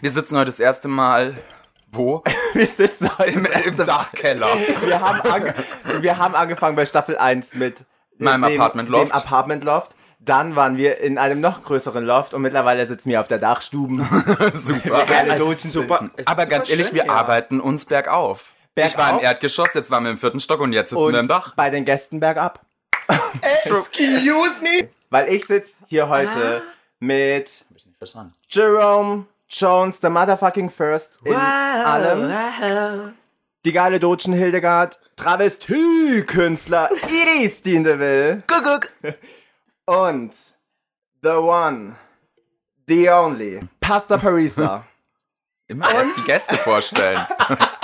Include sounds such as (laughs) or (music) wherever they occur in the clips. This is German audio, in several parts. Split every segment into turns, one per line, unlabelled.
Wir sitzen heute das erste Mal. Wo? (laughs)
Wir sitzen heute
Im, im Dachkeller.
Wir haben, ange wir haben angefangen bei Staffel 1 mit
Meinem Apartment Loft.
dem Apartment Loft. Dann waren wir in einem noch größeren Loft und mittlerweile sitzen wir auf
(laughs)
der Dachstuben.
(laughs) Super. Also,
Alle
es
Lotsen
ist super- es ist
Aber
super
ganz ehrlich,
schön
wir
hier.
arbeiten uns bergauf. ich war im
Bergauf?
Erdgeschoss, jetzt waren wir im vierten Stock und jetzt sitzen wir im
und
Dach.
bei den
(laughs)
Gästen bergab.
Excuse me!
Weil ich sitze hier heute mit
Hab ich nicht verstanden.
Jerome Jones, the motherfucking first in allem. Die geile Dotschen Hildegard, Travestie-Künstler Iris Diendeville.
Guck, guck.
Und the one, the only, Pasta Parisa.
Immer erst die Gäste vorstellen.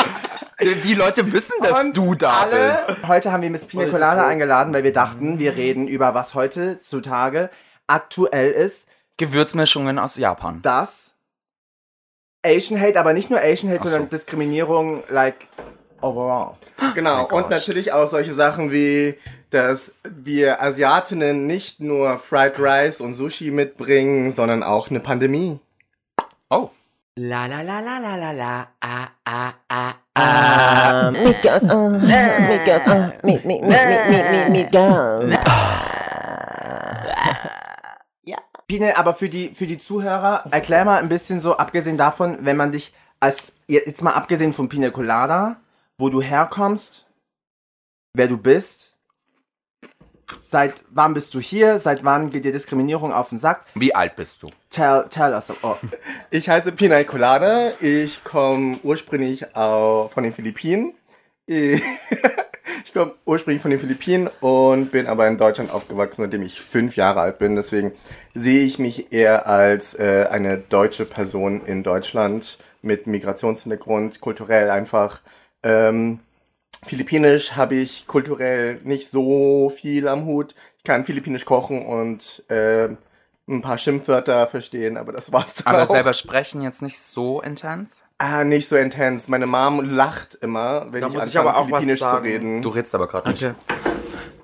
(laughs) die, die Leute wissen, dass
Und
du da
alle,
bist.
heute haben wir Miss Pina
Oh, das
Colada
ist so-
eingeladen, weil wir dachten, wir reden über was heutzutage aktuell ist.
Gewürzmischungen aus Japan.
Das Asian Hate, aber nicht nur Asian Hate,
Ach so.
sondern Diskriminierung, like, overall.
Genau,
Oh mein
und
Gott.
natürlich auch solche Sachen wie, dass wir Asiatinnen nicht nur Fried Rice und Sushi mitbringen, sondern auch eine Pandemie.
Oh.
La la la la la la la ah ah ah
Meat girls, uh, meat girls, uh, meat, meat, meat, meat, meat, meat, meat girls.
Pine, aber für die, für die Zuhörer, erklär mal ein bisschen so, abgesehen davon, wenn man dich als, jetzt mal abgesehen von Pina Colada, wo du herkommst, wer du bist, seit wann bist du hier, seit wann geht dir Diskriminierung auf den Sack,
Wie alt bist du?
tell, tell us. Oh.
(laughs) Ich heiße Pina Colada, ich komme ursprünglich au- von den Philippinen. Ich (laughs) ich komme ursprünglich von den Philippinen und bin aber in Deutschland aufgewachsen, seitdem ich fünf Jahre alt bin. Deswegen sehe ich mich eher als äh, eine deutsche Person in Deutschland mit Migrationshintergrund, kulturell einfach. Ähm, Philippinisch habe ich kulturell nicht so viel am Hut. Ich kann Philippinisch kochen und ähm, ein paar Schimpfwörter verstehen, aber das war's dann
Aber
auch.
selber sprechen jetzt nicht so intens?
Ah, nicht so intens. Meine Mom lacht immer, wenn
Da
ich
muss
anfange,
ich aber auch was
Philippinisch zu
sagen.
reden.
Du redest aber gerade nicht.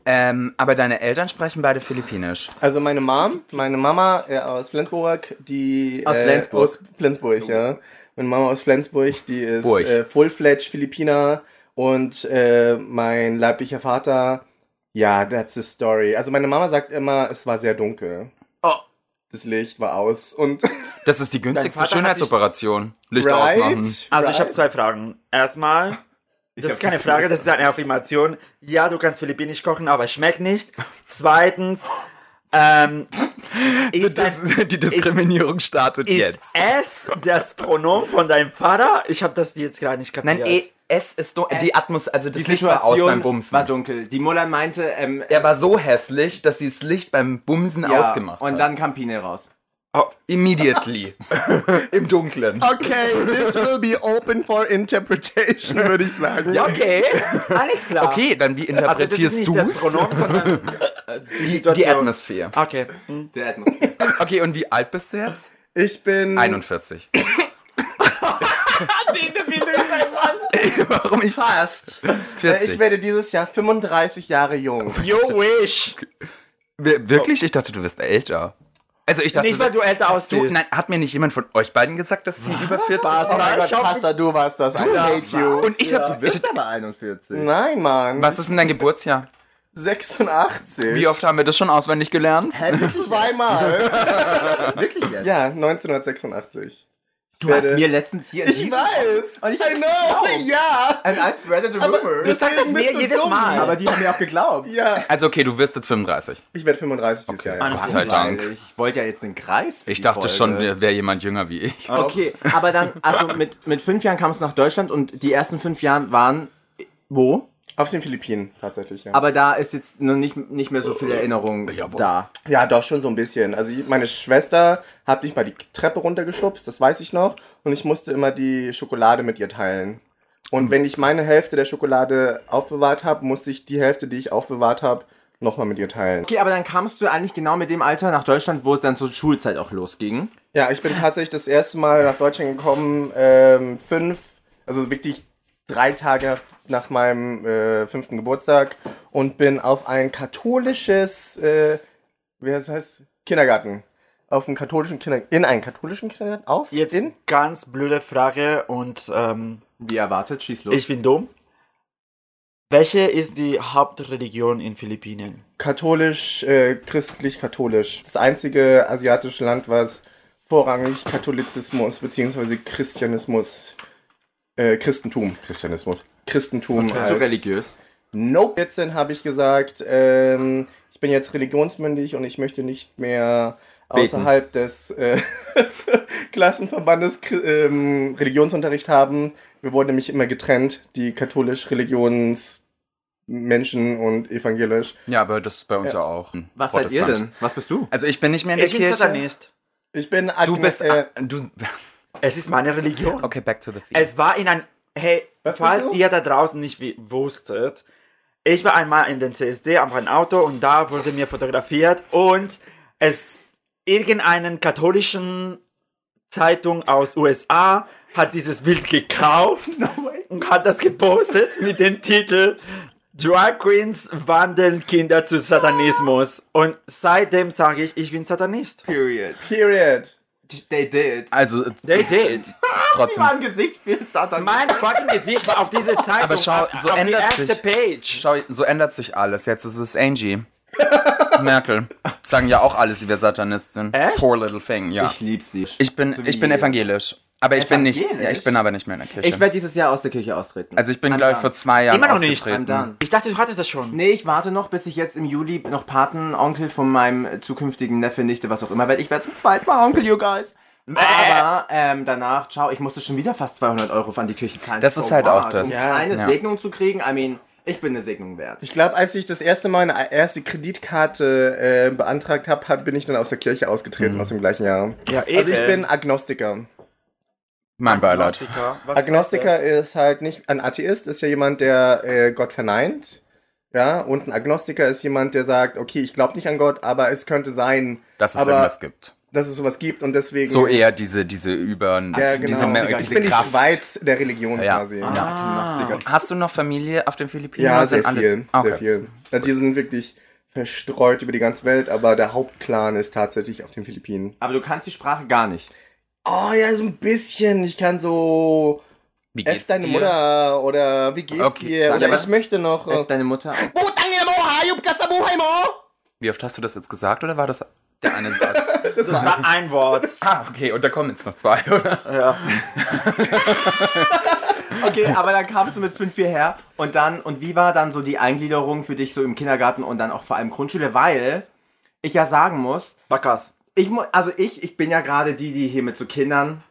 Ähm, aber deine Eltern sprechen beide Philippinisch.
Also meine Mom, meine Mama äh, aus Flensburg, die...
Aus
äh,
Flensburg.
Aus Flensburg, ja. Meine Mama aus Flensburg, die ist
Burg.
äh, full-fledged Philippiner und äh, mein leiblicher Vater, ja, that's the story. Also meine Mama sagt immer, es war sehr dunkel.
Oh.
Das Licht war aus und...
Das ist die
Dein
günstigste
Vater hat
Schönheitsoperation. Licht ausmachen.
Also
right.
ich habe zwei Fragen.
(laughs)
Erstmal, das ist keine Frage, das ist eine Affirmation. Ja, du kannst Philippinisch kochen, aber es schmeckt nicht. Zweitens,
(laughs)
ähm, ist,
Das, (laughs)
ein,
die Diskriminierung startet
ist
jetzt.
es das Pronomen von deinem Vater? Ich habe das jetzt gerade nicht kapiert.
Nein, e, es ist du, die Atmos, also das
Die
Licht war aus beim
Situation
Bumsen.
war dunkel. Die Muller meinte, ähm,
er war so hässlich, dass sie das Licht beim Bumsen
ja,
ausgemacht
Und
halt.
hat.
dann kam Pine raus.
oh,
Immediately. (laughs) Im Dunkeln.
Okay, this will be open for interpretation, würde ich sagen.
ja, okay, alles klar.
Okay, dann wie
also das
interpretierst
ist nicht
du
das Pronomen, sondern
(laughs)
äh,
die, die
Situation.
Atmosphäre?
Okay. hm.
Der Atmosphäre.
(laughs)
Okay, und wie alt bist du jetzt?
Ich
Hm.
bin...
41. (laughs) Warum ich (laughs)
Fast. Äh,
40?
Ich werde dieses Jahr 35 Jahre jung.
You wish.
Wir- Wirklich? Ich dachte, du bist älter. Also ich dachte,
Nicht, weil du älter
du,
aussiehst.
nein, hat mir nicht jemand von euch beiden gesagt, dass sie über 40
Oh mein Gott, Pasta, du warst das. I hate you.
Und ich hab's. Ich,
aber 41.
Nein, Mann.
was ist denn dein Geburtsjahr?
86.
Wie oft haben wir das schon auswendig gelernt?
Zweimal. (laughs)
Wirklich jetzt?
ja, 1986.
Du hast mir letztens hier
Ich weiß.
Und ich
I know. Ja.
ein Ice Spreader the Rumor.
Du sagst das mir jedes Mal.
Aber die haben mir auch geglaubt.
Ja.
Also okay, du wirst jetzt 35.
Ich werde 35 dieses Jahr. Ja.
Gott sei halt Dank.
Langweilig. Ich wollte ja jetzt den Kreis. für
Ich
die
dachte
Folge.
schon, wäre wär jemand jünger wie ich.
Okay, aber dann, also mit, mit fünf Jahren kam es nach Deutschland und die ersten fünf Jahren waren wo?
Auf den Philippinen tatsächlich, ja.
Aber da ist jetzt noch nicht, nicht mehr so viel Erinnerung
Jawohl.
da.
Ja, doch, schon so ein bisschen. Also ich- meine Schwester hat mich mal die Treppe runtergeschubst, das weiß ich noch. Und ich musste immer die Schokolade mit ihr teilen. Und wenn ich meine Hälfte der Schokolade aufbewahrt habe, musste ich die Hälfte, die ich aufbewahrt habe, nochmal mit ihr teilen.
Okay, aber dann kamst du eigentlich genau mit dem Alter nach Deutschland, wo es dann zur Schulzeit auch losging.
Ja, ich bin tatsächlich das erste Mal nach Deutschland gekommen, ähm, fünf, also wirklich drei Tage nach meinem äh, fünften Geburtstag und bin auf ein katholisches, äh, wie heißt das? Kindergarten. auf einen katholischen Kindergarten, in einen katholischen Kindergarten auf?
Jetzt
in?
ganz blöde Frage und ähm,
Wie erwartet, schieß los.
ich bin dumm. Welche ist die Hauptreligion in Philippinen?
Katholisch, äh, christlich-katholisch. Das einzige asiatische Land, was vorrangig Katholizismus bzw. Christianismus, äh, Christentum, Christianismus, Christentum.
Bist du religiös?
Nope. Jetzt habe ich gesagt, ähm, ich bin jetzt religionsmündig und ich möchte nicht mehr
Beten.
außerhalb des äh, (laughs) Klassenverbandes Kri- ähm, Religionsunterricht haben. Wir wurden nämlich immer getrennt, die katholisch-religionsmenschen und evangelisch.
Ja, aber das ist bei uns ja, auch.
Was seid ihr
Protestant.
denn? Was bist du?
Also ich bin nicht mehr in der
bin
Kirche.
Satanist.
Ich bin
Du bist. ah,
Äh,
du,
Es ist meine Religion.
okay, back to the feet.
Es war in ein. Hey,
Was
falls
bist du?
ihr da draußen nicht wi- wusstet, ich war einmal in den CSD auf einem Auto und da wurde mir fotografiert und es irgendeinen katholischen Zeitung aus USA hat dieses Bild gekauft und hat das gepostet mit dem Titel Drag Queens wandeln Kinder zu Satanismus. Und seitdem sage ich, ich bin Satanist.
Period.
period.
They did.
also äh,
They did.
trotzdem.
ein Gesicht für Satan.
Mein fucking Gesicht war auf diese Zeitung.
Aber schau, so
auf die
ändert
erste
sich-
Page.
Schau, so ändert sich alles. Jetzt ist es Angie. (laughs) Merkel. Sagen ja auch alle, sie wäre Satanistin.
Echt?
Poor little thing, ja.
Ich lieb sie. Ich,
Ich bin,
So wie-
ich bin evangelisch. Aber ich bin nicht.
Evangelisch?
Ja, ich bin aber nicht mehr in der Kirche.
werde dieses Jahr aus der Kirche austreten.
also ich bin,
I'm
glaube ich,
done.
vor zwei Jahren
Immer noch nicht.
ausgetreten.
I'm done.
Ich dachte, du hattest das schon.
Nee, ich warte noch, bis ich jetzt im Juli noch Patenonkel von meinem zukünftigen Neffe, Nichte, was auch immer werde. Ich werde zum zweiten Mal Onkel, you guys. Aber ähm, danach, ciao, ich musste schon wieder fast 200 Euro an die Kirche zahlen.
Das ist halt
what?
auch das.
Um
Ja.
eine
Ja.
Segnung zu kriegen, I mean, ich bin eine Segnung wert.
Ich glaube, als ich das erste Mal eine erste Kreditkarte äh, beantragt habe, bin ich dann aus der Kirche ausgetreten
Mhm.
aus dem gleichen Jahr.
Ja,
Also ich bin Agnostiker.
Mein Beileid.
Agnostiker.
Agnostiker ist halt nicht ein Atheist, ist ja jemand, der äh, Gott verneint. Ja, und ein Agnostiker ist jemand, der sagt, okay, ich glaube nicht an Gott, aber es könnte sein,
Dass es
Aber-
irgendwas gibt.
dass es sowas gibt und deswegen.
So eher diese, diese über diese,
Ja, genau.
diese
ich bin die
Kraft.
Schweiz der Religion
Ja.
quasi.
Ah.
Agnostiker.
Hast du noch Familie auf den Philippinen?
Ja,
oder
sehr
sind alle-
viel,
Ah, Okay.
sehr viel. Ja, die sind wirklich verstreut über die ganze Welt, aber der Hauptclan ist tatsächlich auf den Philippinen.
Aber du kannst die Sprache gar nicht.
Oh ja, so ein bisschen. Ich kann so
Wie
F
geht's
deine
dir?
Mutter oder wie geht's
Okay,
dir?
sag
Oder
mal.
ich möchte noch.
Ist deine Mutter auch.
Putang ina mo, hayop ka sa buhay mo!
Wie oft hast du das jetzt gesagt oder war das der eine Satz?
(laughs)
Das war ein Wort.
ah, okay, und da kommen jetzt noch zwei, oder?
Ja.
Okay, aber dann kamst du mit 5 hierher und dann, und wie war dann so die Eingliederung für dich so im Kindergarten und dann auch vor allem Grundschule? Weil ich ja sagen muss,
Backers.
ich muss, also ich, ich bin ja gerade die, die hier mit so Kindern,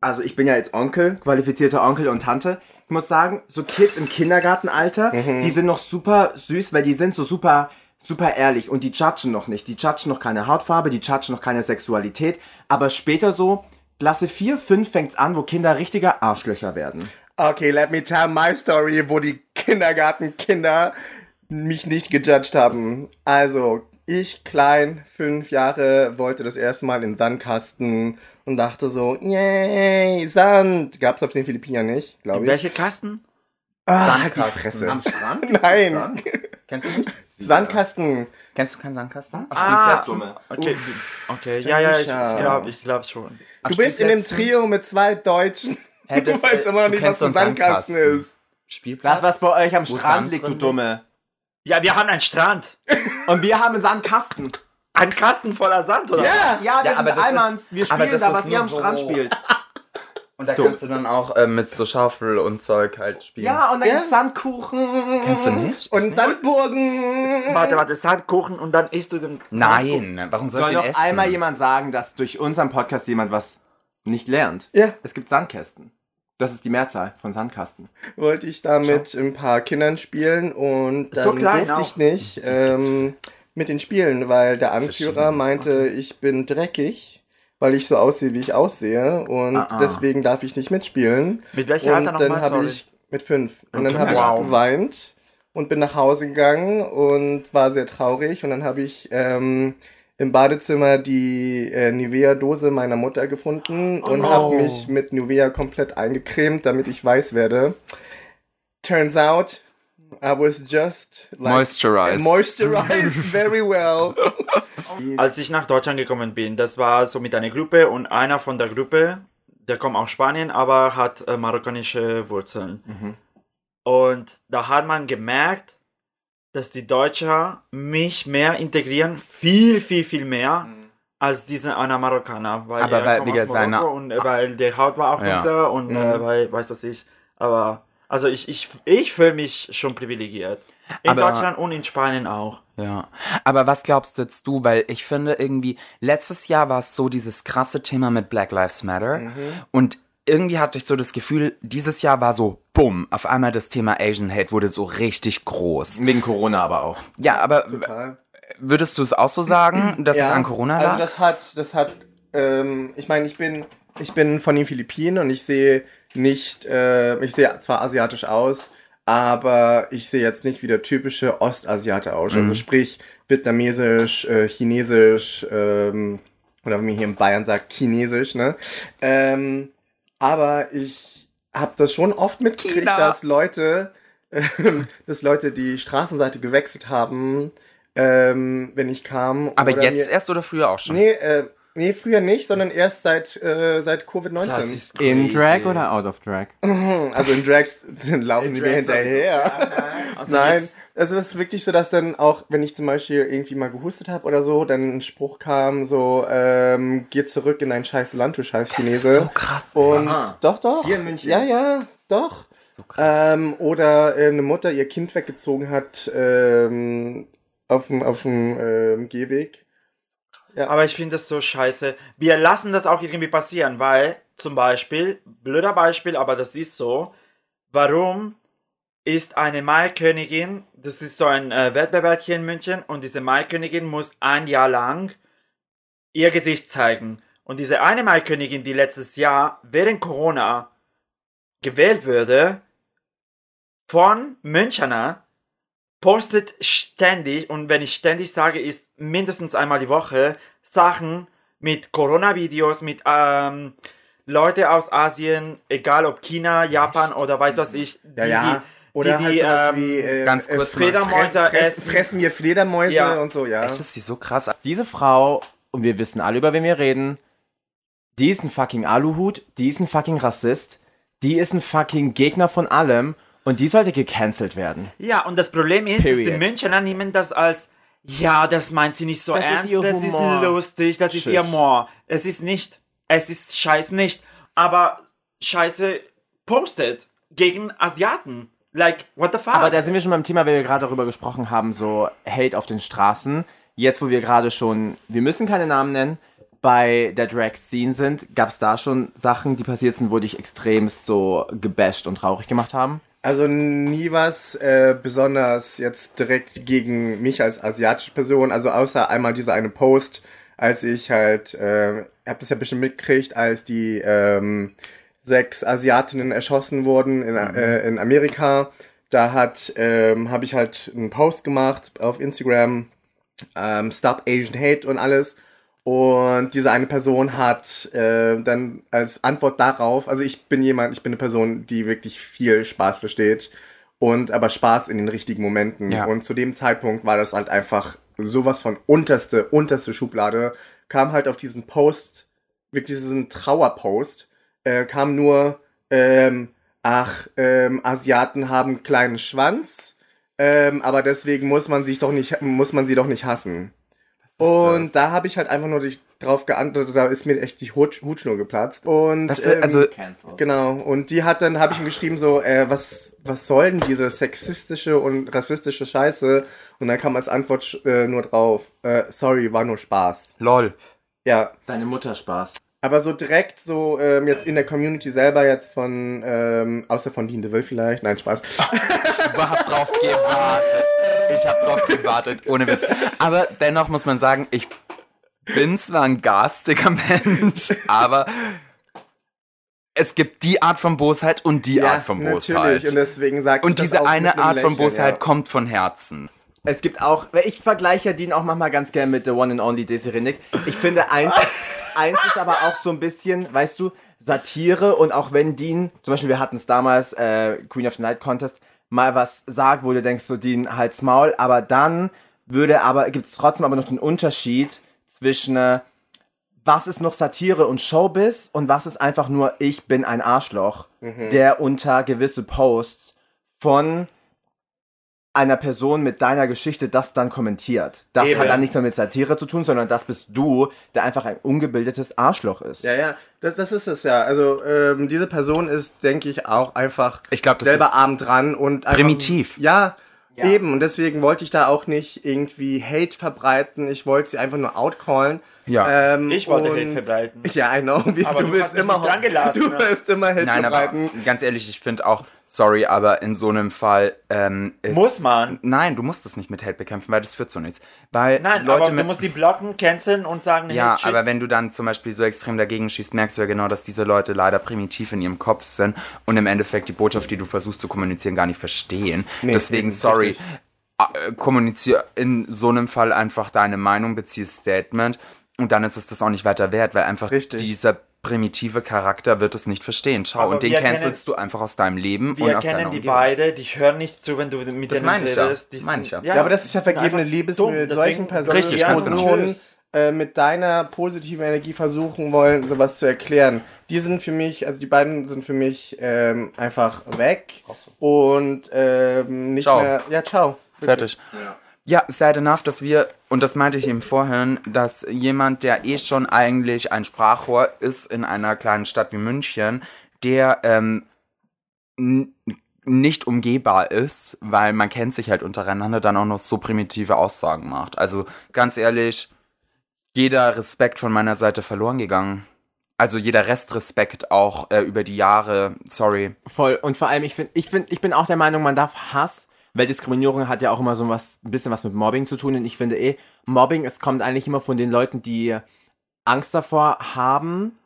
also ich bin ja jetzt Onkel, qualifizierter Onkel und Tante. Ich muss sagen, so Kids im Kindergartenalter, die sind noch super süß, weil die sind so super, super ehrlich und die judgen noch nicht. Die judgen noch keine Hautfarbe, die judgen noch keine Sexualität, aber später so, Klasse 4, 5 fängt's an, wo Kinder richtiger Arschlöcher werden.
Okay, let me tell my story, wo die Kindergartenkinder mich nicht gejudged haben. Also, ich klein, fünf Jahre, wollte das erste Mal in den Sandkasten und dachte so, yay, Sand. Gab's auf den Philippinen ja nicht, glaube ich.
Welche Kasten?
Ah,
Sandkasten.
die Fresse.
Strand?
(laughs) Nein,
Kennst du nicht?
(laughs) Sandkasten.
Kennst du keinen Sandkasten? Auf
Ah,
Spielplätzen?
okay. Okay, ja, ja, ich,
Janisha.
ich glaube ich glaub schon.
Auf
Du bist in dem
Spielplätzen?
Trio mit zwei Deutschen.
Hä,
Du
das-
weißt immer noch
du
nicht,
kennst
was
so
ein Sandkasten ist.
Spielplatz?
Das, was bei euch am
Wo
Strand
Sand
liegt, du
drin
Dumme.
Ja, wir haben einen Strand.
Und wir haben einen Sandkasten.
Einen Kasten voller Sand, oder?
Ja!
Ja, wir
aber
sind
das ist-
Almans. Wir
aber
spielen
das
da,
ist
was ihr
nur
am
so-
Strand spielt.
Und da
Du.
kannst du dann auch äh, mit so Schaufel und Zeug halt spielen.
Ja, und dann
Ja.
gibt's Sandkuchen.
Kennst du nicht?
Und Sandburgen.
Warte, warte, Sandkuchen und dann isst du den. Sandkuchen.
Nein, warum soll,
Soll
ich den
noch
essen?
einmal jemand sagen, dass durch unseren Podcast jemand was nicht lernt?
Ja.
Es gibt Sandkästen. Das ist die Mehrzahl von Sandkasten.
wollte ich da mit ein paar Kindern spielen und dann
So klein
durfte
auch.
ich nicht ähm, mit den Spielen, weil der Anführer meinte, ich bin dreckig, weil ich so aussehe, wie ich aussehe und
Ah, ah.
deswegen darf ich nicht mitspielen.
Mit welchem Alter
und dann
nochmal?
habe ich mit fünf und dann
Okay.
habe
Wow.
ich geweint und bin nach Hause gegangen und war sehr traurig und dann habe ich ähm, im Badezimmer die äh, Nivea-Dose meiner Mutter gefunden und
no.
habe mich mit Nivea komplett eingecremt, damit ich weiß werde. Turns out, I was just like
Moisturized.
moisturized very well.
Als ich nach Deutschland gekommen bin, das war so mit einer Gruppe und einer von der Gruppe, der kommt aus Spanien, aber hat äh, marokkanische Wurzeln.
Mhm.
Und da hat man gemerkt, dass die Deutschen mich mehr integrieren, viel, viel, viel mehr, als diese einer Marokkaner. Weil
Mhm. Aber
er
weil-
kommt
wie
aus
gesagt,
Marokko
seine-
und äh, weil die Haut war auch
Ja. Mhm.
dunkler und äh, weil, weiß was ich. Aber also ich, ich, ich fühle mich schon privilegiert. In
Aber-
Deutschland und in Spanien auch.
Ja, aber was glaubst jetzt du? Weil ich finde irgendwie, letztes Jahr war es so dieses krasse Thema mit Black Lives Matter
Mhm.
und irgendwie hatte ich so das Gefühl, dieses Jahr war so, bumm, auf einmal das Thema Asian Hate wurde so richtig groß.
Wegen Corona aber auch.
Ja, aber w- würdest du es auch so sagen, dass es an Corona lag?
Also das hat, das hat, ähm, ich meine, ich bin, ich bin von den Philippinen und ich sehe nicht, äh, ich sehe zwar asiatisch aus, aber ich sehe jetzt nicht wie der typische Ostasiate aus.
Mhm.
Also sprich vietnamesisch, äh, chinesisch, ähm, oder wie man hier in Bayern sagt, chinesisch, ne? Ähm, aber ich habe das schon oft mitgekriegt,
China.
dass Leute, ähm, dass Leute die Straßenseite gewechselt haben, ähm, wenn ich kam.
aber
oder
jetzt
mir-
erst oder früher auch schon?
Nee, äh, nee, früher nicht, sondern erst seit, äh, seit
Das
Covid-19.
ist
In
crazy.
Drag oder out of Drag?
Also in Drags (laughs) laufen die mir (laughs) hinterher.
Also
Nein,
jetzt-
also das ist wirklich so, dass dann auch, wenn ich zum Beispiel irgendwie mal gehustet habe oder so, dann ein Spruch kam so, ähm, geh zurück in dein scheiß Land, du scheiß Chinese.
So krass.
Und
Aha.
doch, doch.
Hier in München.
Ja, ja, doch.
So krass.
Ähm, oder äh, eine Mutter ihr Kind weggezogen hat ähm, auf dem auf dem, ähm, Gehweg.
Aber ich finde das so scheiße. Wir lassen das auch irgendwie passieren, weil zum Beispiel, blöder Beispiel, aber das ist so, warum ist eine Maikönigin, das ist so ein äh, Wettbewerb hier in München, und diese Maikönigin muss ein Jahr lang ihr Gesicht zeigen. Und diese eine Maikönigin, die letztes Jahr während Corona gewählt wurde, von Münchner, postet ständig, und wenn ich ständig sage, ist mindestens einmal die Woche, Sachen mit Corona-Videos, mit ähm, Leute aus Asien, egal ob China, Japan oder weiß was ich.
Ja,
die-
ja. Oder
die,
halt
die,
sowas
ähm,
wie äh,
ganz
äh,
kurz
Fre-
mal.
Fledermäuse
fress,
essen.
fressen wir Fledermäuse
Ja.
und so, ja.
Echt, ist die so krass?
Diese Frau, und wir wissen alle, über wen wir reden, die ist ein fucking Aluhut, die ist ein fucking Rassist, die ist ein fucking Gegner von allem und die sollte gecancelt werden.
Die, ja, und das Problem ist, dass die
Period.
Münchner nehmen das als, ja, das meint sie nicht so
Das ist
ernst,
ihr
das
Humor.
ist lustig, das ist
Tschüss.
ihr Humor. Es ist nicht, es ist scheiß nicht, aber scheiße postet gegen Asiaten. Like, what the fuck?
Aber da sind wir schon beim Thema, wenn wir gerade darüber gesprochen haben, so Hate auf den Straßen. Jetzt, wo wir gerade schon, wir müssen keine Namen nennen, bei der Drag Scene sind, gab es da schon Sachen, die passiert sind, wo dich extremst so gebasht und traurig gemacht haben?
Also nie was äh, besonders jetzt direkt gegen mich als asiatische Person, also außer einmal dieser eine Post, als ich halt, äh, hab das ja bestimmt mitgekriegt, als die ähm, sechs Asiatinnen erschossen wurden in,
Mhm.
äh, in Amerika. Da hat, ähm, habe ich halt einen Post gemacht auf Instagram, ähm, Stop Asian Hate und alles. Und diese eine Person hat äh, dann als Antwort darauf, also ich bin jemand, ich bin eine Person, die wirklich viel Spaß versteht und aber Spaß in den richtigen Momenten.
Ja.
Und zu dem Zeitpunkt war das halt einfach sowas von unterste, unterste Schublade, kam halt auf diesen Post, wirklich diesen Trauerpost, äh, kam nur, ähm, ach, ähm, Asiaten haben einen kleinen Schwanz, ähm, aber deswegen muss man sich doch nicht, muss man sie doch nicht hassen. Und da habe ich halt einfach nur dich- drauf geantwortet, da ist mir echt die Hut, Hutschnur geplatzt. Und
Das wär- also,
genau, und die hat dann, habe ich ihm geschrieben, so, äh, was, was soll denn diese sexistische und rassistische Scheiße? Und dann kam als Antwort äh, nur drauf, äh, sorry, war nur Spaß.
lol.
Ja.
Deine Mutter Spaß.
Aber so direkt, so ähm, jetzt in der Community selber jetzt von, ähm, außer von Dean DeVille vielleicht, nein, Spaß.
Ich hab drauf gewartet. Ich hab drauf gewartet, ohne Witz. Aber dennoch muss man sagen, ich bin zwar ein garstiger Mensch, aber es gibt die Art von Bosheit und die (laughs) Art von Bosheit.
Und
Und,
deswegen sagt
diese eine Art von Bosheit
ja.
kommt von Herzen.
Es gibt auch, weil ich vergleiche ja Dean auch manchmal ganz gern mit The One and Only Desiree Nick. Ich finde, eins, eins ist aber auch so ein bisschen, weißt du, Satire und auch wenn Dean, zum Beispiel wir hatten es damals, äh, Queen of the Night Contest, mal was sagt, wo du denkst, so den Hals Maul, aber dann würde aber, gibt es trotzdem aber noch den Unterschied zwischen äh, was ist noch Satire und Showbiz und was ist einfach nur ich bin ein Arschloch,
Mhm.
der unter gewisse Posts von einer Person mit deiner Geschichte das dann kommentiert. Das
Eben.
hat dann nichts mehr mit Satire zu tun, sondern das bist du, der einfach ein ungebildetes Arschloch ist.
Ja, ja, das, das ist es ja. Also ähm, diese Person ist, denke ich, auch einfach
Ich glaube, das
selber
ist
arm dran und einfach,
primitiv.
Ja, eben. Und deswegen wollte ich da auch nicht irgendwie Hate verbreiten. Ich wollte sie einfach nur outcallen.
Ja.
Ähm,
Ich wollte
und-
Hate verbreiten.
Ja, I know. Wie,
Aber
du,
du
willst
hast mich
immer,
nicht dran gelassen,
du
ne?
willst immer Hate
Nein, aber
verbreiten.
ganz ehrlich, ich finde auch, sorry, aber in so einem Fall ähm, ist,
Muss man.
Nein, du musst es nicht mit Hate bekämpfen, weil das führt zu nichts. Weil
Nein,
Leute
aber
mit,
du musst die blocken, canceln und sagen, hey,
Ja,
tschüss.
aber wenn du dann zum Beispiel so extrem dagegen schießt, merkst du ja genau, dass diese Leute leider primitiv in ihrem Kopf sind und im Endeffekt die Botschaft, die du versuchst zu kommunizieren, gar nicht verstehen. Deswegen,
eben,
sorry,
richtig.
äh, kommunizier in so einem Fall einfach deine Meinung, bezieh Statement und dann ist es das auch nicht weiter wert, weil einfach
Richtig.
dieser primitive Charakter wird es nicht verstehen. Schau,
Aber
und den
wir kennen-
cancelst du einfach aus deinem Leben und
wir
aus deiner
kennen die
Umgebung.
beide, die hören nicht zu, wenn du mit
Das
denen
meine ich ja.
redest. Die
Meine
sind-
ich ja.
Ja, aber das ist ja
die sind
vergebene
einfach
Liebes
dumm,
mit
deswegen-
solchen Personen,
Richtig,
die
ganz genau.
Personen, äh, mit deiner positiven Energie versuchen wollen, sowas zu erklären. Die sind für mich, also die beiden sind für mich ähm, einfach weg und ähm, nicht
Ciao.
mehr. Ja, ciao.
Fertig. Ja, sad enough, dass wir, und das meinte ich eben vorhin, dass jemand, der eh schon eigentlich ein Sprachrohr ist in einer kleinen Stadt wie München, der ähm, n- nicht umgehbar ist, weil man kennt sich halt untereinander, dann auch noch so primitive Aussagen macht. Also ganz ehrlich, jeder Respekt von meiner Seite verloren gegangen. Also jeder Restrespekt auch äh, über die Jahre, sorry.
Voll. Und vor allem, ich finde, ich finde, ich bin auch der Meinung, man darf Hass, weil Diskriminierung hat ja auch immer so was, ein bisschen was mit Mobbing zu tun. Und ich finde eh, Mobbing, es kommt eigentlich immer von den Leuten, die Angst davor haben,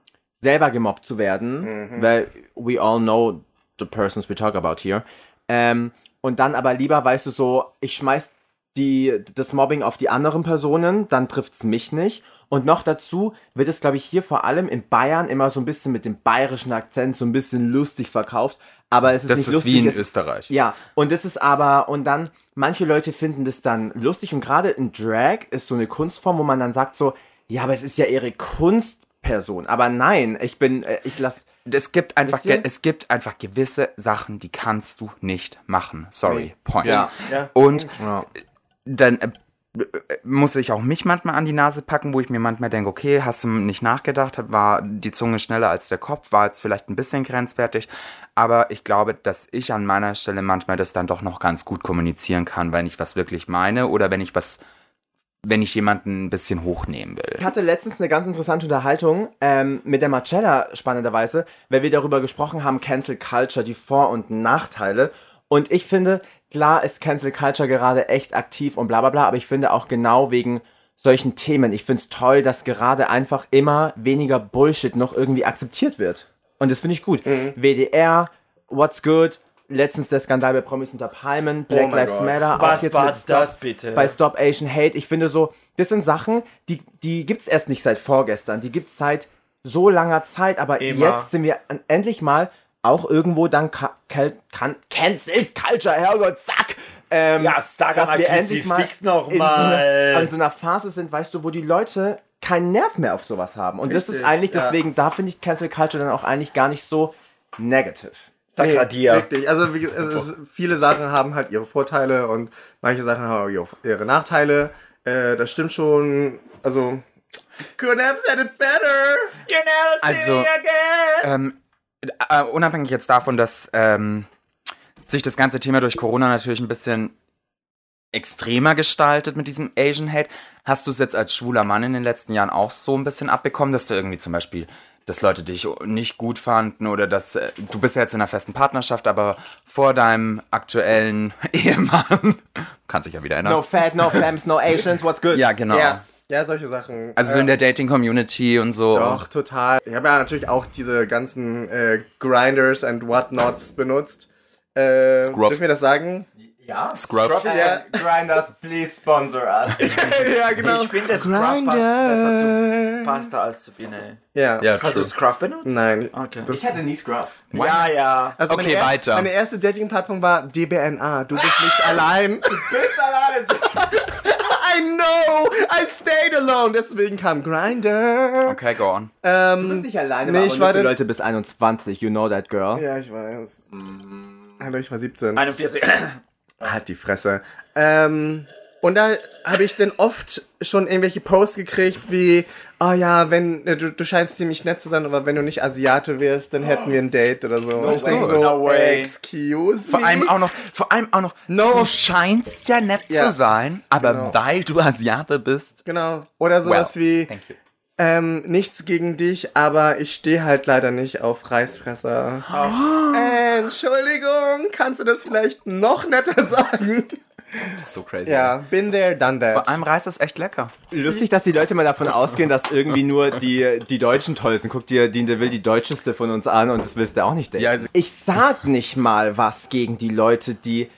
selber gemobbt zu
Mhm.
werden. Weil we all know the persons we talk about here. Ähm, und dann aber lieber, weißt du, so, ich schmeiß die, das Mobbing auf die anderen Personen, dann trifft's mich nicht. Und noch dazu wird es, glaube ich, hier vor allem in Bayern immer so ein bisschen mit dem bayerischen Akzent so ein bisschen lustig verkauft. Aber es ist
Das
nicht
ist
lustig.
wie in
es,
Österreich.
ja, und das ist aber, und dann, manche Leute finden das dann lustig und gerade in Drag ist so eine Kunstform, wo man dann sagt so, ja, aber es ist ja ihre Kunstperson. Aber nein, ich bin, äh, ich lass,
es gibt einfach,
Wisst ihr?
ge es gibt einfach gewisse Sachen, die kannst du nicht machen. Sorry,
Nee.
Point.
Ja.
Ja.
Und
ja.
dann äh, äh, muss ich auch mich manchmal an die Nase packen, wo ich mir manchmal denke, okay, hast du nicht nachgedacht, war die Zunge schneller als der Kopf, war jetzt vielleicht ein bisschen grenzwertig, aber ich glaube, dass ich an meiner Stelle manchmal das dann doch noch ganz gut kommunizieren kann, wenn ich was wirklich meine oder wenn ich was, wenn ich jemanden ein bisschen hochnehmen will.
Ich hatte letztens eine ganz interessante Unterhaltung ähm, mit der Marcella, spannenderweise, weil wir darüber gesprochen haben, Cancel Culture, die Vor- und Nachteile. Und ich finde, klar ist Cancel Culture gerade echt aktiv und bla bla bla, aber ich finde auch genau wegen solchen Themen, ich finde es toll, dass gerade einfach immer weniger Bullshit noch irgendwie akzeptiert wird. Und das finde ich gut.
Mhm.
WDR, What's Good, letztens der Skandal bei Promis unter Palmen, Black
mein
Lives
Gott.
Matter. auch
Oh Was
jetzt
war
mit Stop-
das bitte?
bei Stop Asian Hate. Ich finde so, das sind Sachen, die, die gibt's erst nicht seit vorgestern. Die gibt's seit so langer Zeit. Aber
Immer.
jetzt sind wir an- endlich mal auch irgendwo dann ka- kel- kan- Cancelled Culture, Herrgott, zack! Ähm,
Ja, sag
dass
mal,
wir
Kissy,
endlich mal
fix noch
in so
mal.
einer- an so einer Phase sind, weißt du, wo die Leute keinen Nerv mehr auf sowas haben. Und das ist
Richtig,
eigentlich,
ja.
deswegen, da finde ich Cancel Culture dann auch eigentlich gar nicht so negative.
Sakradia.
Richtig. Also wie, es ist, viele Sachen haben halt ihre Vorteile und manche Sachen haben ihre- ihre Nachteile. Äh, das stimmt schon. Also could have said it better.
You never
Also,
see me again.
ähm, äh, unabhängig jetzt davon, dass ähm, sich das ganze Thema durch Corona natürlich ein bisschen extremer gestaltet mit diesem Asian Hate, hast du es jetzt als schwuler Mann in den letzten Jahren auch so ein bisschen abbekommen, dass du irgendwie zum Beispiel, dass Leute dich nicht gut fanden oder dass äh, du bist ja jetzt in einer festen Partnerschaft, aber vor deinem aktuellen (laughs) Ehemann kann sich ja wieder ändern.
No fat, no femmes, no Asians, what's good?
Ja, genau.
Ja, ja, solche Sachen. Äh,
Also so in der Dating Community und so.
Doch, total. Ich habe ja natürlich auch diese ganzen äh, Grinders and Whatnots benutzt. Äh,
Scruff. (laughs)
dürfen wir das sagen?
Ja.
Scrubs.
Ja. Grinders, please sponsor us.
ja, genau.
Ich finde, Scrub passt besser zu Pasta als zu Pine.
Ja.
Ja,
Hast du
true.
Scrub benutzt?
Nein.
Okay.
Ich hatte nie Scruff.
Ja, ja.
Also
Okay,
meine er-
weiter.
Meine erste Dating-Plattform war DBNA. Du bist
(laughs)
nicht allein.
Bist allein.
I know. I stayed alone. Deswegen kam Grinder.
Okay, go on.
Ähm,
Du bist nicht alleine,
Nee,
aber
ich war
die
der-
Leute bis 21. You know that girl.
Ja, ich weiß. Hallo, ich war 17.
41.
Halt die Fresse. Ähm, und da habe ich dann oft schon irgendwelche Posts gekriegt, wie, oh ja, wenn äh, du, du scheinst ziemlich nett zu sein, aber wenn du nicht Asiate wirst, dann hätten wir ein Date oder so. No ich
way.
denk so,
No way.
excuse
Vor
me.
allem auch noch, vor allem auch noch,
No.
du scheinst ja nett
Ja.
zu sein, aber
Genau.
weil du Asiate bist,
Genau. Oder sowas wie,
thank you.
ähm, nichts gegen dich, aber ich stehe halt leider nicht auf Reisfresser.
Oh.
Äh, Entschuldigung, kannst du das vielleicht noch netter (laughs) sagen?
Das ist so crazy.
Ja, been there, done that.
Vor allem Reis ist echt lecker.
Lustig, dass die Leute mal davon ausgehen, dass irgendwie nur die, die Deutschen toll sind. Guck dir Dean DeVille die Deutscheste von uns an und das willst du auch nicht denken.
Ja.
Ich sag nicht mal was gegen die Leute, die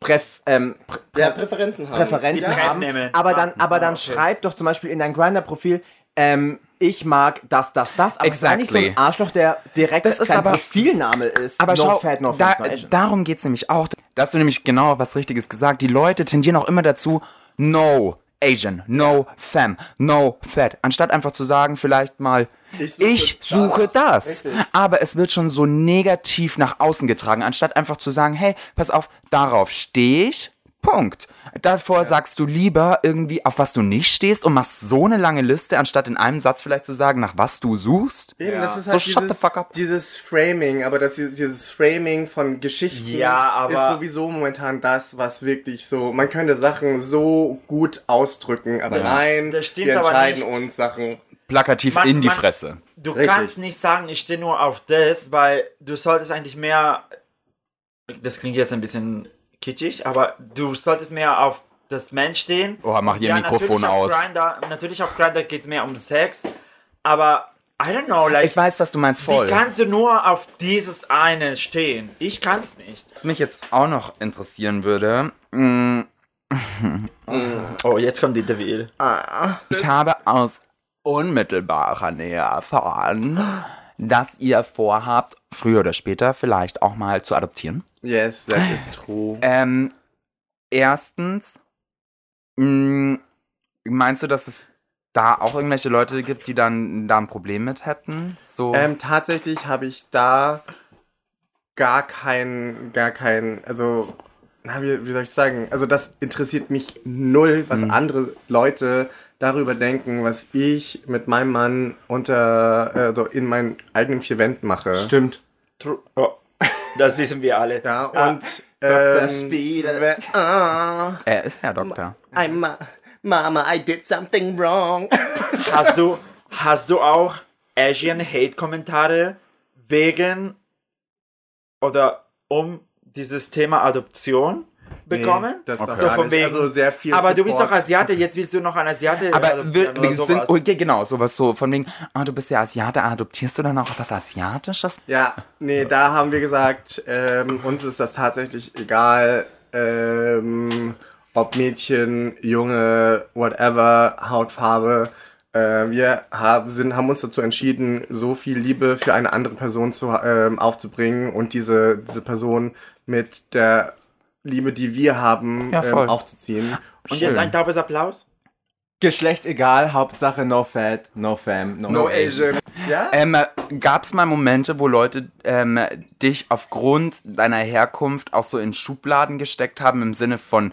Präf, ähm, Prä
ja, Präferenzen haben.
Präferenzen
Die
haben,
Brandnamen.
aber dann, aber dann
Ah, okay.
schreib doch zum Beispiel in dein Grinder-Profil, ähm, ich mag das, das, das, aber sei nicht so ein
Exactly.
Arschloch, der direkt
Das ist
sein
aber-
Profilname ist.
Aber
no
schau,
fat, no
da,
offense, no agent.
darum geht's nämlich auch. Da hast du nämlich genau was Richtiges gesagt. Die Leute tendieren auch immer dazu, no Asian, no femme, no fat. Anstatt einfach zu sagen, vielleicht mal, ich suche, das. Aber es wird schon so negativ nach außen getragen. Anstatt einfach zu sagen, hey, pass auf, darauf stehe ich. Punkt. Davor sagst du lieber irgendwie, auf was du nicht stehst und machst so eine lange Liste, anstatt in einem Satz vielleicht zu sagen, nach was du suchst.
Eben, das ist
So
halt
shut the
dieses,
fuck up.
dieses Framing, aber das, dieses Framing von Geschichten
Ja, aber-
ist sowieso momentan das, was wirklich so, man könnte Sachen so gut ausdrücken, aber nein,
Das stimmt
wir
aber
entscheiden
nicht.
uns Sachen.
Plakativ
Man-
in die
man-
Fresse.
Du
Richtig.
kannst nicht sagen, ich stehe nur auf das, weil du solltest eigentlich mehr. Das klingt jetzt ein bisschen kitschig, aber du solltest mehr auf das Mensch stehen.
Oha, mach ihr Mikrofon aus.
natürlich auf Grindr, natürlich auf Grindr geht es mehr um Sex, aber I don't know, like,
Ich weiß, was du meinst, voll.
wie kannst du nur auf dieses eine stehen? Ich kann es nicht.
Was mich jetzt auch noch interessieren würde, mm,
Oh, jetzt kommt die Devil.
Ah.
ich habe aus unmittelbarer Nähe erfahren, dass ihr vorhabt, früher oder später vielleicht auch mal zu adoptieren.
Yes, that is true.
Ähm, erstens, mm, meinst du, dass es da auch irgendwelche Leute gibt, die dann da ein Problem mit hätten? So,
Ähm, tatsächlich habe ich da gar keinen, gar keinen, also, na, wie, wie soll ich sagen? Also, das interessiert mich null,
Hm.
was andere Leute darüber denken, was ich mit meinem Mann unter, äh, so in meinen eigenen vier Wänden mache.
Stimmt.
Tru- Oh, das wissen wir alle.
Ja,
Ah,
und, ähm,
Spiegel.
we- ah,
er ist ja Doktor.
I'm a, Mama, I did something wrong.
Hast du, hast du auch Asian Hate Kommentare wegen oder um dieses Thema Adoption bekommen?
das
Okay.
okay.
So
so
von
von
wegen.
Also sehr viel
aber du bist doch
Support.
Asiate, jetzt willst du noch einen Asiate
Aber wir,
adoptieren oder
wir sind,
sowas.
okay, genau, sowas so von wegen, ah, du bist ja Asiate, adoptierst du dann auch was Asiatisches?
Ja, nee, da haben wir gesagt, ähm, uns ist das tatsächlich egal, ähm, ob Mädchen, Junge, whatever, Hautfarbe. Äh, wir haben, sind, haben uns dazu entschieden, so viel Liebe für eine andere Person zu, ähm, aufzubringen und diese, diese Person mit der Liebe, die wir haben,
Ja, voll.
ähm, aufzuziehen.
Und jetzt
Schön.
ein taubes Applaus.
Geschlecht egal, Hauptsache no fat, no fam, no,
No
agent.
Asian. Ja?
Ähm, Gab es mal Momente, wo Leute ähm, dich aufgrund deiner Herkunft auch so in Schubladen gesteckt haben, im Sinne von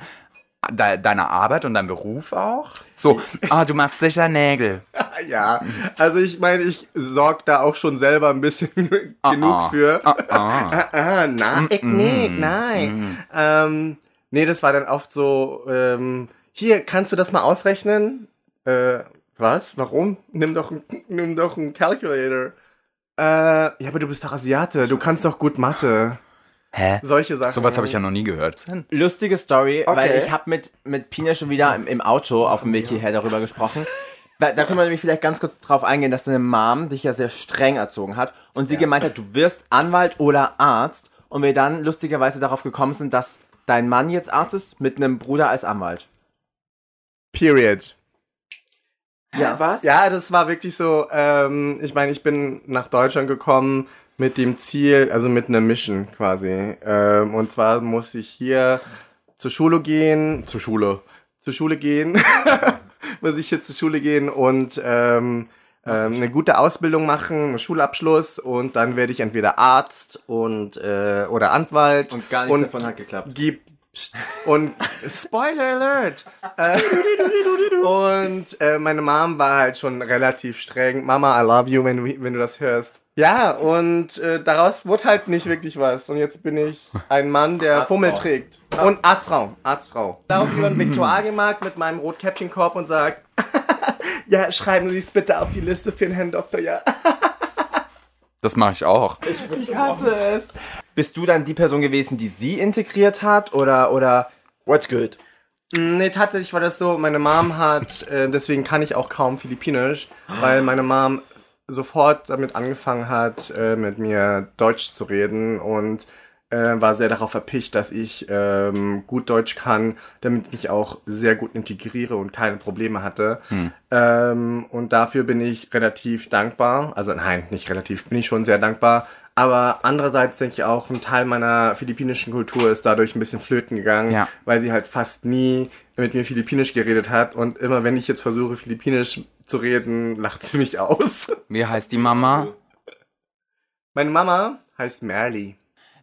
äh, de deiner Arbeit und deinem Beruf auch?
(laughs)
So, ah, du machst sicher Nägel.
Ja. Also ich meine, ich sorge da auch schon selber ein bisschen (laughs) genug
Ah, ah.
für.
Ah, ah.
Ah, nein. Ich nicht, nein. Ähm, nee, das war dann oft so, ähm, hier, kannst du das mal ausrechnen? Äh, was? Warum? Nimm doch, ein- nimm doch einen Calculator. Äh, ja, aber du bist doch Asiate, du kannst doch gut Mathe.
Hä?
Solche Sachen.
Sowas habe ich ja noch nie gehört.
Lustige Story, weil
Okay.
ich habe mit, mit Pina schon wieder im, im Auto auf dem Weg hierher darüber gesprochen. Da, da können wir nämlich vielleicht ganz kurz drauf eingehen, dass deine Mom dich ja sehr streng erzogen hat und sie gemeint hat, du wirst Anwalt oder Arzt und wir dann lustigerweise darauf gekommen sind, dass dein Mann jetzt Arzt ist mit einem Bruder als Anwalt.
Period.
Ja, was?
Ja, das war wirklich so, ähm, ich meine, ich bin nach Deutschland gekommen mit dem Ziel, also mit einer Mission quasi. Ähm, und zwar muss ich hier zur Schule gehen, zur Schule, zur Schule gehen, (laughs) muss ich hier zur Schule gehen und ähm, ähm, eine gute Ausbildung machen, einen Schulabschluss und dann werde ich entweder Arzt und äh, oder Anwalt
Und gar nichts
Und-
davon hat geklappt.
gibt und Spoiler Alert! Äh, und äh, meine Mom war halt schon relativ streng. Mama, I love you, wenn du, wenn du das hörst. Ja, und äh, daraus wurde halt nicht wirklich was. Und jetzt bin ich ein Mann, der
Arztfrau.
Fummel trägt. Und Arztfrau, Arztfrau. Laufe über den Viktualienmarkt mit meinem Rotkäppchenkopf und sag, (laughs) ja, schreiben Sie es bitte auf die Liste für den Herrn Doktor, ja.
Das mache ich auch.
Ich hasse es.
Bist du dann die Person gewesen, die sie integriert hat? Oder, oder
What's good?
Mm, Nee, tatsächlich war das so, meine Mom hat, äh, deswegen kann ich auch kaum Philippinisch, weil meine Mom sofort damit angefangen hat, äh, mit mir Deutsch zu reden und äh, war sehr darauf erpicht, dass ich ähm, gut Deutsch kann, damit ich mich auch sehr gut integriere und keine Probleme hatte. Ähm, und dafür bin ich relativ dankbar. Also nein, nicht relativ, bin ich schon sehr dankbar. Aber andererseits denke ich auch, ein Teil meiner philippinischen Kultur ist dadurch ein bisschen flöten gegangen,
Ja.
weil sie halt fast nie mit mir philippinisch geredet hat. Und immer wenn ich jetzt versuche, philippinisch zu reden, lacht sie mich aus. (laughs)
Wie heißt die Mama?
Meine Mama heißt Merly.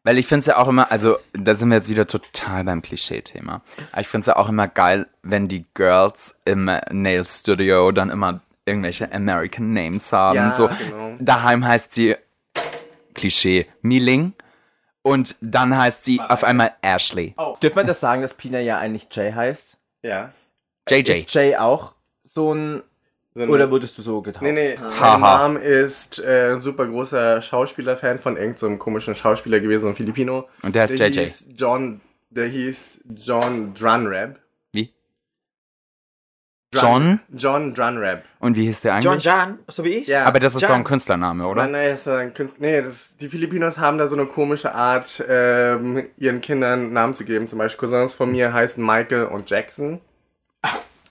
Weil ich finde es ja auch immer, also da sind wir jetzt wieder total beim Klischee-Thema. Aber ich finde es ja auch immer geil, wenn die Girls im Nail Studio dann immer irgendwelche American Names haben.
Ja,
so.
genau.
Daheim heißt sie Klischee Miling und dann heißt sie auf einmal Ashley.
dürfen wir das sagen, dass Pina ja eigentlich Jay heißt?
Ja.
JJ.
Ist Jay auch so ein.
So eine-
Oder wurdest du so getauft?
Nee, nee.
Haha.
Meine Mom ist äh, ein super großer Schauspielerfan von irgendeinem so einem komischen Schauspieler gewesen, ein Filipino.
Und der heißt JJ.
hieß John, der hieß John Drunrab.
Wie?
Dran-
John?
John Drunrab.
Und wie hieß der
John
eigentlich?
Jan, so wie ich?
Ja.
Aber das ist
John.
doch ein Künstlername, oder?
Nein, nein, ist ein Künstler. Nee, das, die Filipinos haben da so eine komische Art, ähm, ihren Kindern Namen zu geben. Zum Beispiel Cousins von mir heißen Michael und Jackson.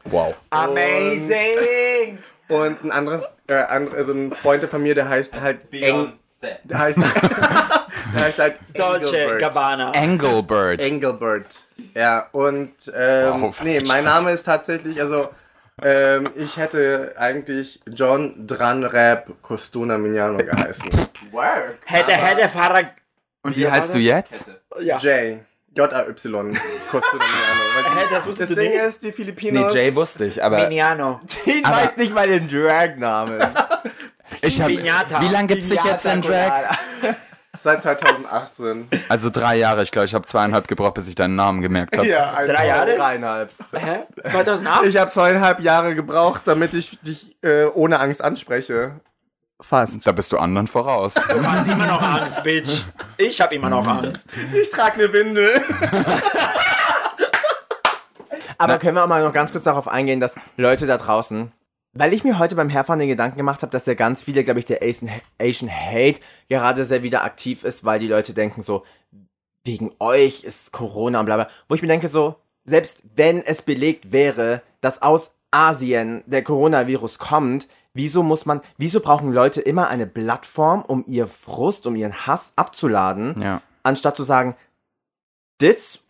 Wow.
Amazing!
Und ein anderer, äh, andere, also ein Freund von mir, der heißt halt Eng, der heißt, halt der heißt halt
Dolce
Engelbert.
Gabbana.
Engelbert.
Engelbert. Ja, und ähm,
Wow, was
nee,
für
mein
Scheiße.
Name ist tatsächlich, also ähm, ich hätte eigentlich John Dranrap Costuna Mignano geheißen.
Hätte, hätte Fahrer.
und wie heißt du jetzt?
Ja.
J. J-A-Y. Costuna Mignano. Weil
Hä, das
die-
wusstest
das
du
Ding
nicht?
ist, die
Nee,
Filipinos.
Jay wusste ich, aber
Miniano.
Ich weiß nicht mal den Drag-Namen.
ich habe.
Pinata.
Wie lange gibt's dich jetzt in Drag?
seit 2018.
Also drei Jahre, ich glaube, ich habe zweieinhalb gebraucht, bis ich deinen Namen gemerkt habe.
ja, einfach.
(laughs)
Drei Jahre?
Dreieinhalb.
Hä? 2008?
Ich habe zweieinhalb Jahre gebraucht, damit ich dich äh, ohne Angst anspreche. Fast.
Da bist du anderen voraus.
Ich hab immer noch Angst, Bitch. Ich hab immer noch Angst.
Ich trage eine Windel.
Aber können wir auch mal noch ganz kurz darauf eingehen, dass Leute da draußen, weil ich mir heute beim Herfahren den Gedanken gemacht habe, dass ja ganz viele, glaube ich, der Asian, Asian Hate gerade sehr wieder aktiv ist, weil die Leute denken so, wegen euch ist Corona und bla bla. Wo ich mir denke so, selbst wenn es belegt wäre, dass aus Asien der Coronavirus kommt, wieso muss man, wieso brauchen Leute immer eine Plattform, um ihr Frust, um ihren Hass abzuladen?
ja.
anstatt zu sagen, this,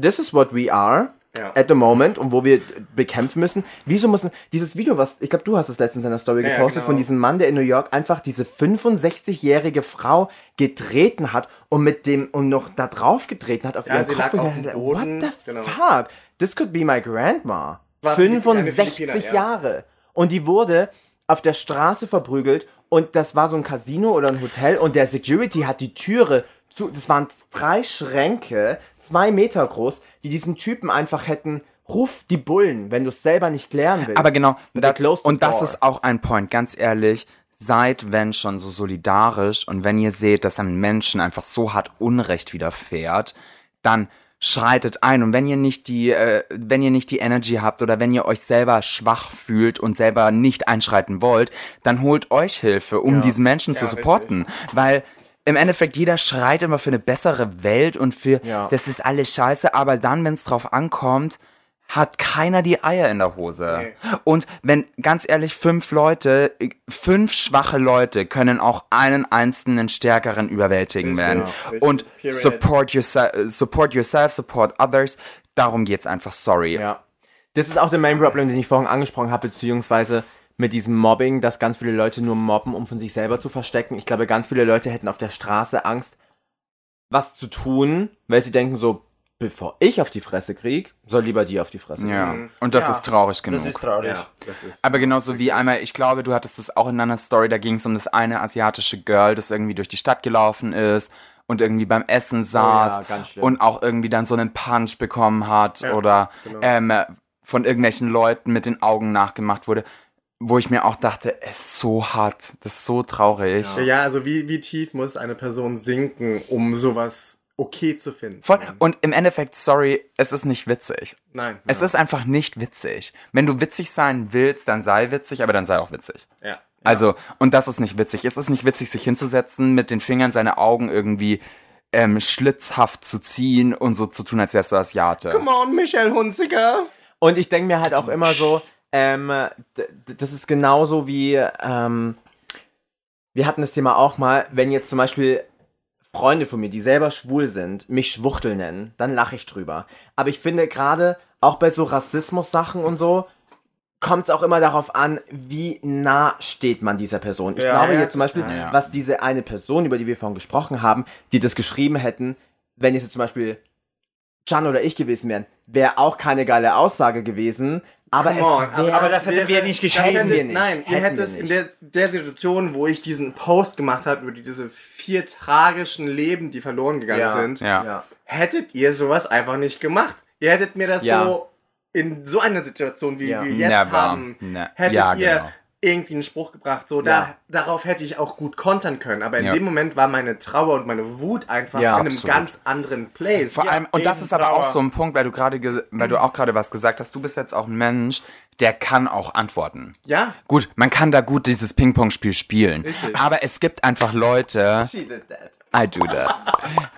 this is what we are
Ja.
at the moment und wo wir bekämpfen müssen. Wieso müssen dieses Video, was ich glaube, du hast es letztens in der Story
Ja, ja,
gepostet,
genau.
von diesem Mann, der in New York einfach diese 65-jährige Frau getreten hat und mit dem und noch da drauf getreten hat auf
Ja,
ihren
sie
Kopf.
lag
und
auf
ich
dem
dachte,
Boden,
What the
genau.
fuck? This could be my grandma.
War eine
65
Philippiner, ja.
Jahre. Und die wurde auf der Straße verprügelt und das war so ein Casino oder ein Hotel und der Security hat die Türe zu, das waren drei Schränke, zwei Meter groß, die diesen Typen einfach hätten, ruf die Bullen, wenn du es selber nicht klären willst.
Aber genau, das,
closed the
und das
door.
ist auch ein Point, ganz ehrlich. Seid, wenn schon, so solidarisch und wenn ihr seht, dass einem Menschen einfach so hart Unrecht widerfährt, dann schreitet ein und wenn ihr nicht die äh, wenn ihr nicht die Energy habt oder wenn ihr euch selber schwach fühlt und selber nicht einschreiten wollt, dann holt euch Hilfe, um diesen Menschen zu supporten, weil im Endeffekt jeder schreit immer für eine bessere Welt und für
Ja.
das ist alles scheiße, aber dann, wenn es drauf ankommt, hat keiner die Eier in der Hose. Und wenn, ganz ehrlich, fünf Leute, fünf schwache Leute können auch einen einzelnen stärkeren überwältigen werden.
richtig.
Und
Period.
support, yourself, support yourself, support others. Darum geht's einfach, sorry.
Ja. Das ist auch der Main Problem, den ich vorhin angesprochen habe, beziehungsweise mit diesem Mobbing, dass ganz viele Leute nur mobben, um von sich selber zu verstecken. Ich glaube, ganz viele Leute hätten auf der Straße Angst, was zu tun, weil sie denken so, bevor ich auf die Fresse krieg, soll lieber die auf die Fresse
Ja. Und das
Ja.
ist traurig genug.
Das ist traurig.
Ja, das ist.
Aber genauso wie einmal, ich glaube, du hattest das auch in einer Story, da ging es um das eine asiatische Girl, das irgendwie durch die Stadt gelaufen ist und irgendwie beim Essen saß
Oh ja, ganz schlimm.
und auch irgendwie dann so einen Punch bekommen hat
Ja,
oder
genau.
ähm, von irgendwelchen Leuten mit den Augen nachgemacht wurde, wo ich mir auch dachte, es ist so hart, das ist so traurig.
Ja, ja, also wie, wie tief muss eine Person sinken, um sowas okay zu finden?
Voll. Und im Endeffekt, sorry, es ist nicht witzig.
Nein.
Es ist einfach nicht witzig. Wenn du witzig sein willst, dann sei witzig, aber dann sei auch witzig.
Ja.
Also, und das ist nicht witzig. Es ist nicht witzig, sich hinzusetzen, mit den Fingern seine Augen irgendwie ähm, schlitzhaft zu ziehen und so zu tun, als wärst du Asiate.
Come on, Michelle Hunziker.
Und ich denke mir halt auch immer so, ähm, d- d- das ist genauso wie, ähm, wir hatten das Thema auch mal, wenn jetzt zum Beispiel Freunde von mir, die selber schwul sind, mich Schwuchtel nennen, dann lache ich drüber. Aber ich finde gerade, auch bei so Rassismus-Sachen und so, kommt es auch immer darauf an, wie nah steht man dieser Person. Ich
Ja,
glaube
ja,
jetzt zum Beispiel,
total, ja.
was diese eine Person, über die wir vorhin gesprochen haben, die das geschrieben hätten, wenn es jetzt zum Beispiel Can oder ich gewesen wären, wäre auch keine geile Aussage gewesen. Aber
Come
es
on,
wäre,
aber das hätten wir nicht geschrieben.
hättet-
Hätten wir nicht.
Nein, ihr
Hätten wir
hättet es in
nicht.
der, der Situation, wo ich diesen Post gemacht habe, über die- diese vier tragischen Leben, die verloren gegangen
Ja.
sind,
ja.
Ja.
hättet ihr sowas einfach nicht gemacht. Ihr hättet mir das
Ja.
so in so einer Situation, wie
Ja.
wir jetzt
Never.
haben,
Ne-
hättet
ja,
ihr
genau.
irgendwie einen Spruch gebracht. So,
Ja.
da, darauf hätte ich auch gut kontern können. Aber in
Ja.
dem Moment war meine Trauer und meine Wut einfach
Ja,
in einem
absolut.
ganz anderen Place.
Vor allem, und das
eben,
ist aber auch
aber-
so ein Punkt, weil du gerade, ge- weil du auch gerade was gesagt hast, du bist jetzt auch ein Mensch, der kann auch antworten.
ja,
Gut, man kann da gut dieses Ping-Pong-Spiel spielen.
Richtig.
Aber es gibt einfach Leute.
she did that.
I do that.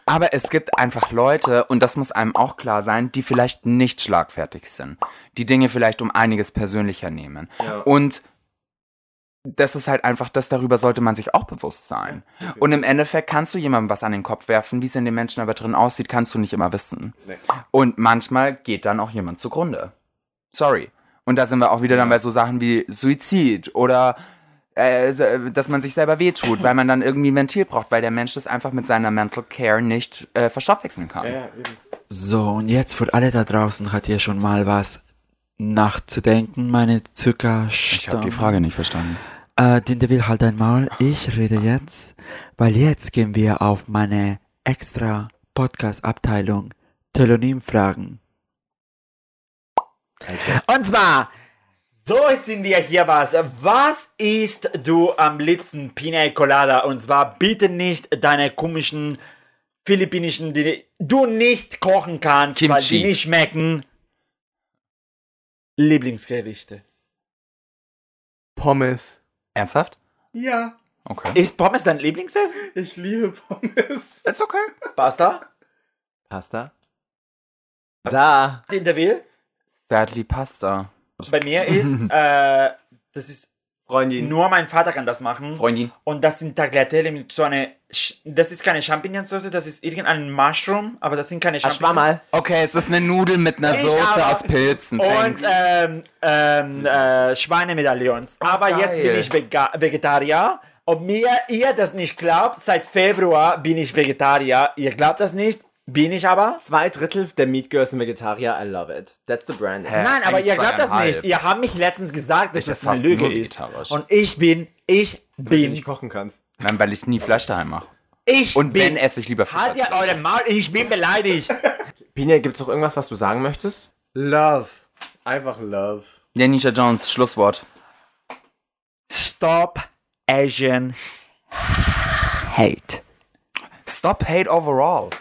Aber es gibt einfach Leute, und das muss einem auch klar sein, die vielleicht nicht schlagfertig sind. Die Dinge vielleicht um einiges persönlicher nehmen. Und das ist halt einfach, das darüber sollte man sich auch bewusst sein. Und im Endeffekt kannst du jemandem was an den Kopf werfen, wie es in den Menschen aber drin aussieht, kannst du nicht immer wissen. Und manchmal geht dann auch jemand zugrunde. Sorry. Und da sind wir auch wieder dann bei so Sachen wie Suizid oder äh, dass man sich selber wehtut, weil man dann irgendwie ein Ventil braucht, weil der Mensch das einfach mit seiner Mental Care nicht äh, verschaffwechseln kann.
Ja, eben.
So, und jetzt für alle da draußen hat ihr schon mal was nachzudenken, meine Zucker.
Ich habe die Frage nicht verstanden.
Äh, Dinde will halt einmal. Ich rede jetzt, weil jetzt gehen wir auf meine extra Podcast-Abteilung. Telonym-Fragen.
Und zwar, so sind wir hier was. Was isst du am liebsten Pina Colada? Und zwar bitte nicht deine komischen philippinischen, die du nicht kochen kannst, weil
Kimchi.
die nicht schmecken. Lieblingsgerichte.
Pommes.
Ernsthaft?
Ja,
Okay.
Ist Pommes dein Lieblingsessen?
ich liebe Pommes.
It's okay.
Pasta?
Pasta? Da.
In der Will?
Sadly Pasta.
Bei mir
(laughs)
ist, äh, das ist,
Freundin.
nur mein Vater kann das machen.
Freundin.
Und das sind Tagliatelle mit so einer. Sch- Das ist keine Champignonsauce, das ist irgendein Mushroom, aber das sind keine
Ah,
Ach, schwamm mal.
Okay, es ist eine Nudel mit einer
Ich
Soße
aber-
aus Pilzen.
Und
Thanks.
ähm, ähm, äh, Schweinemedaillons. Aber
Oh, geil.
jetzt bin ich Vega Vegetarier. Ob mir ihr das nicht glaubt, seit Februar bin ich Vegetarier. Ihr glaubt das nicht, bin ich aber.
Zwei Drittel der Meat Girls sind Vegetarier. I love it. That's the brand.
Hä?
Nein, aber
eigentlich
ihr glaubt das
zweieinhalb.
nicht. Ihr habt mich letztens gesagt, dass
Ich
das
esse
eine
fast
Lüge
nur
ist.
vegetarisch.
Und ich bin, ich
Die
bin,
nicht kochen kannst.
Nein, weil ich nie Fleisch daheim mache.
ich
Und
bin.
wenn esse ich lieber Fisch.
halt ihr eure Maul, ich bin beleidigt.
Pina, gibt's noch irgendwas, was du sagen möchtest?
Love. Einfach Love.
Janisha Jones, Schlusswort.
Stop Asian
Stop hate overall.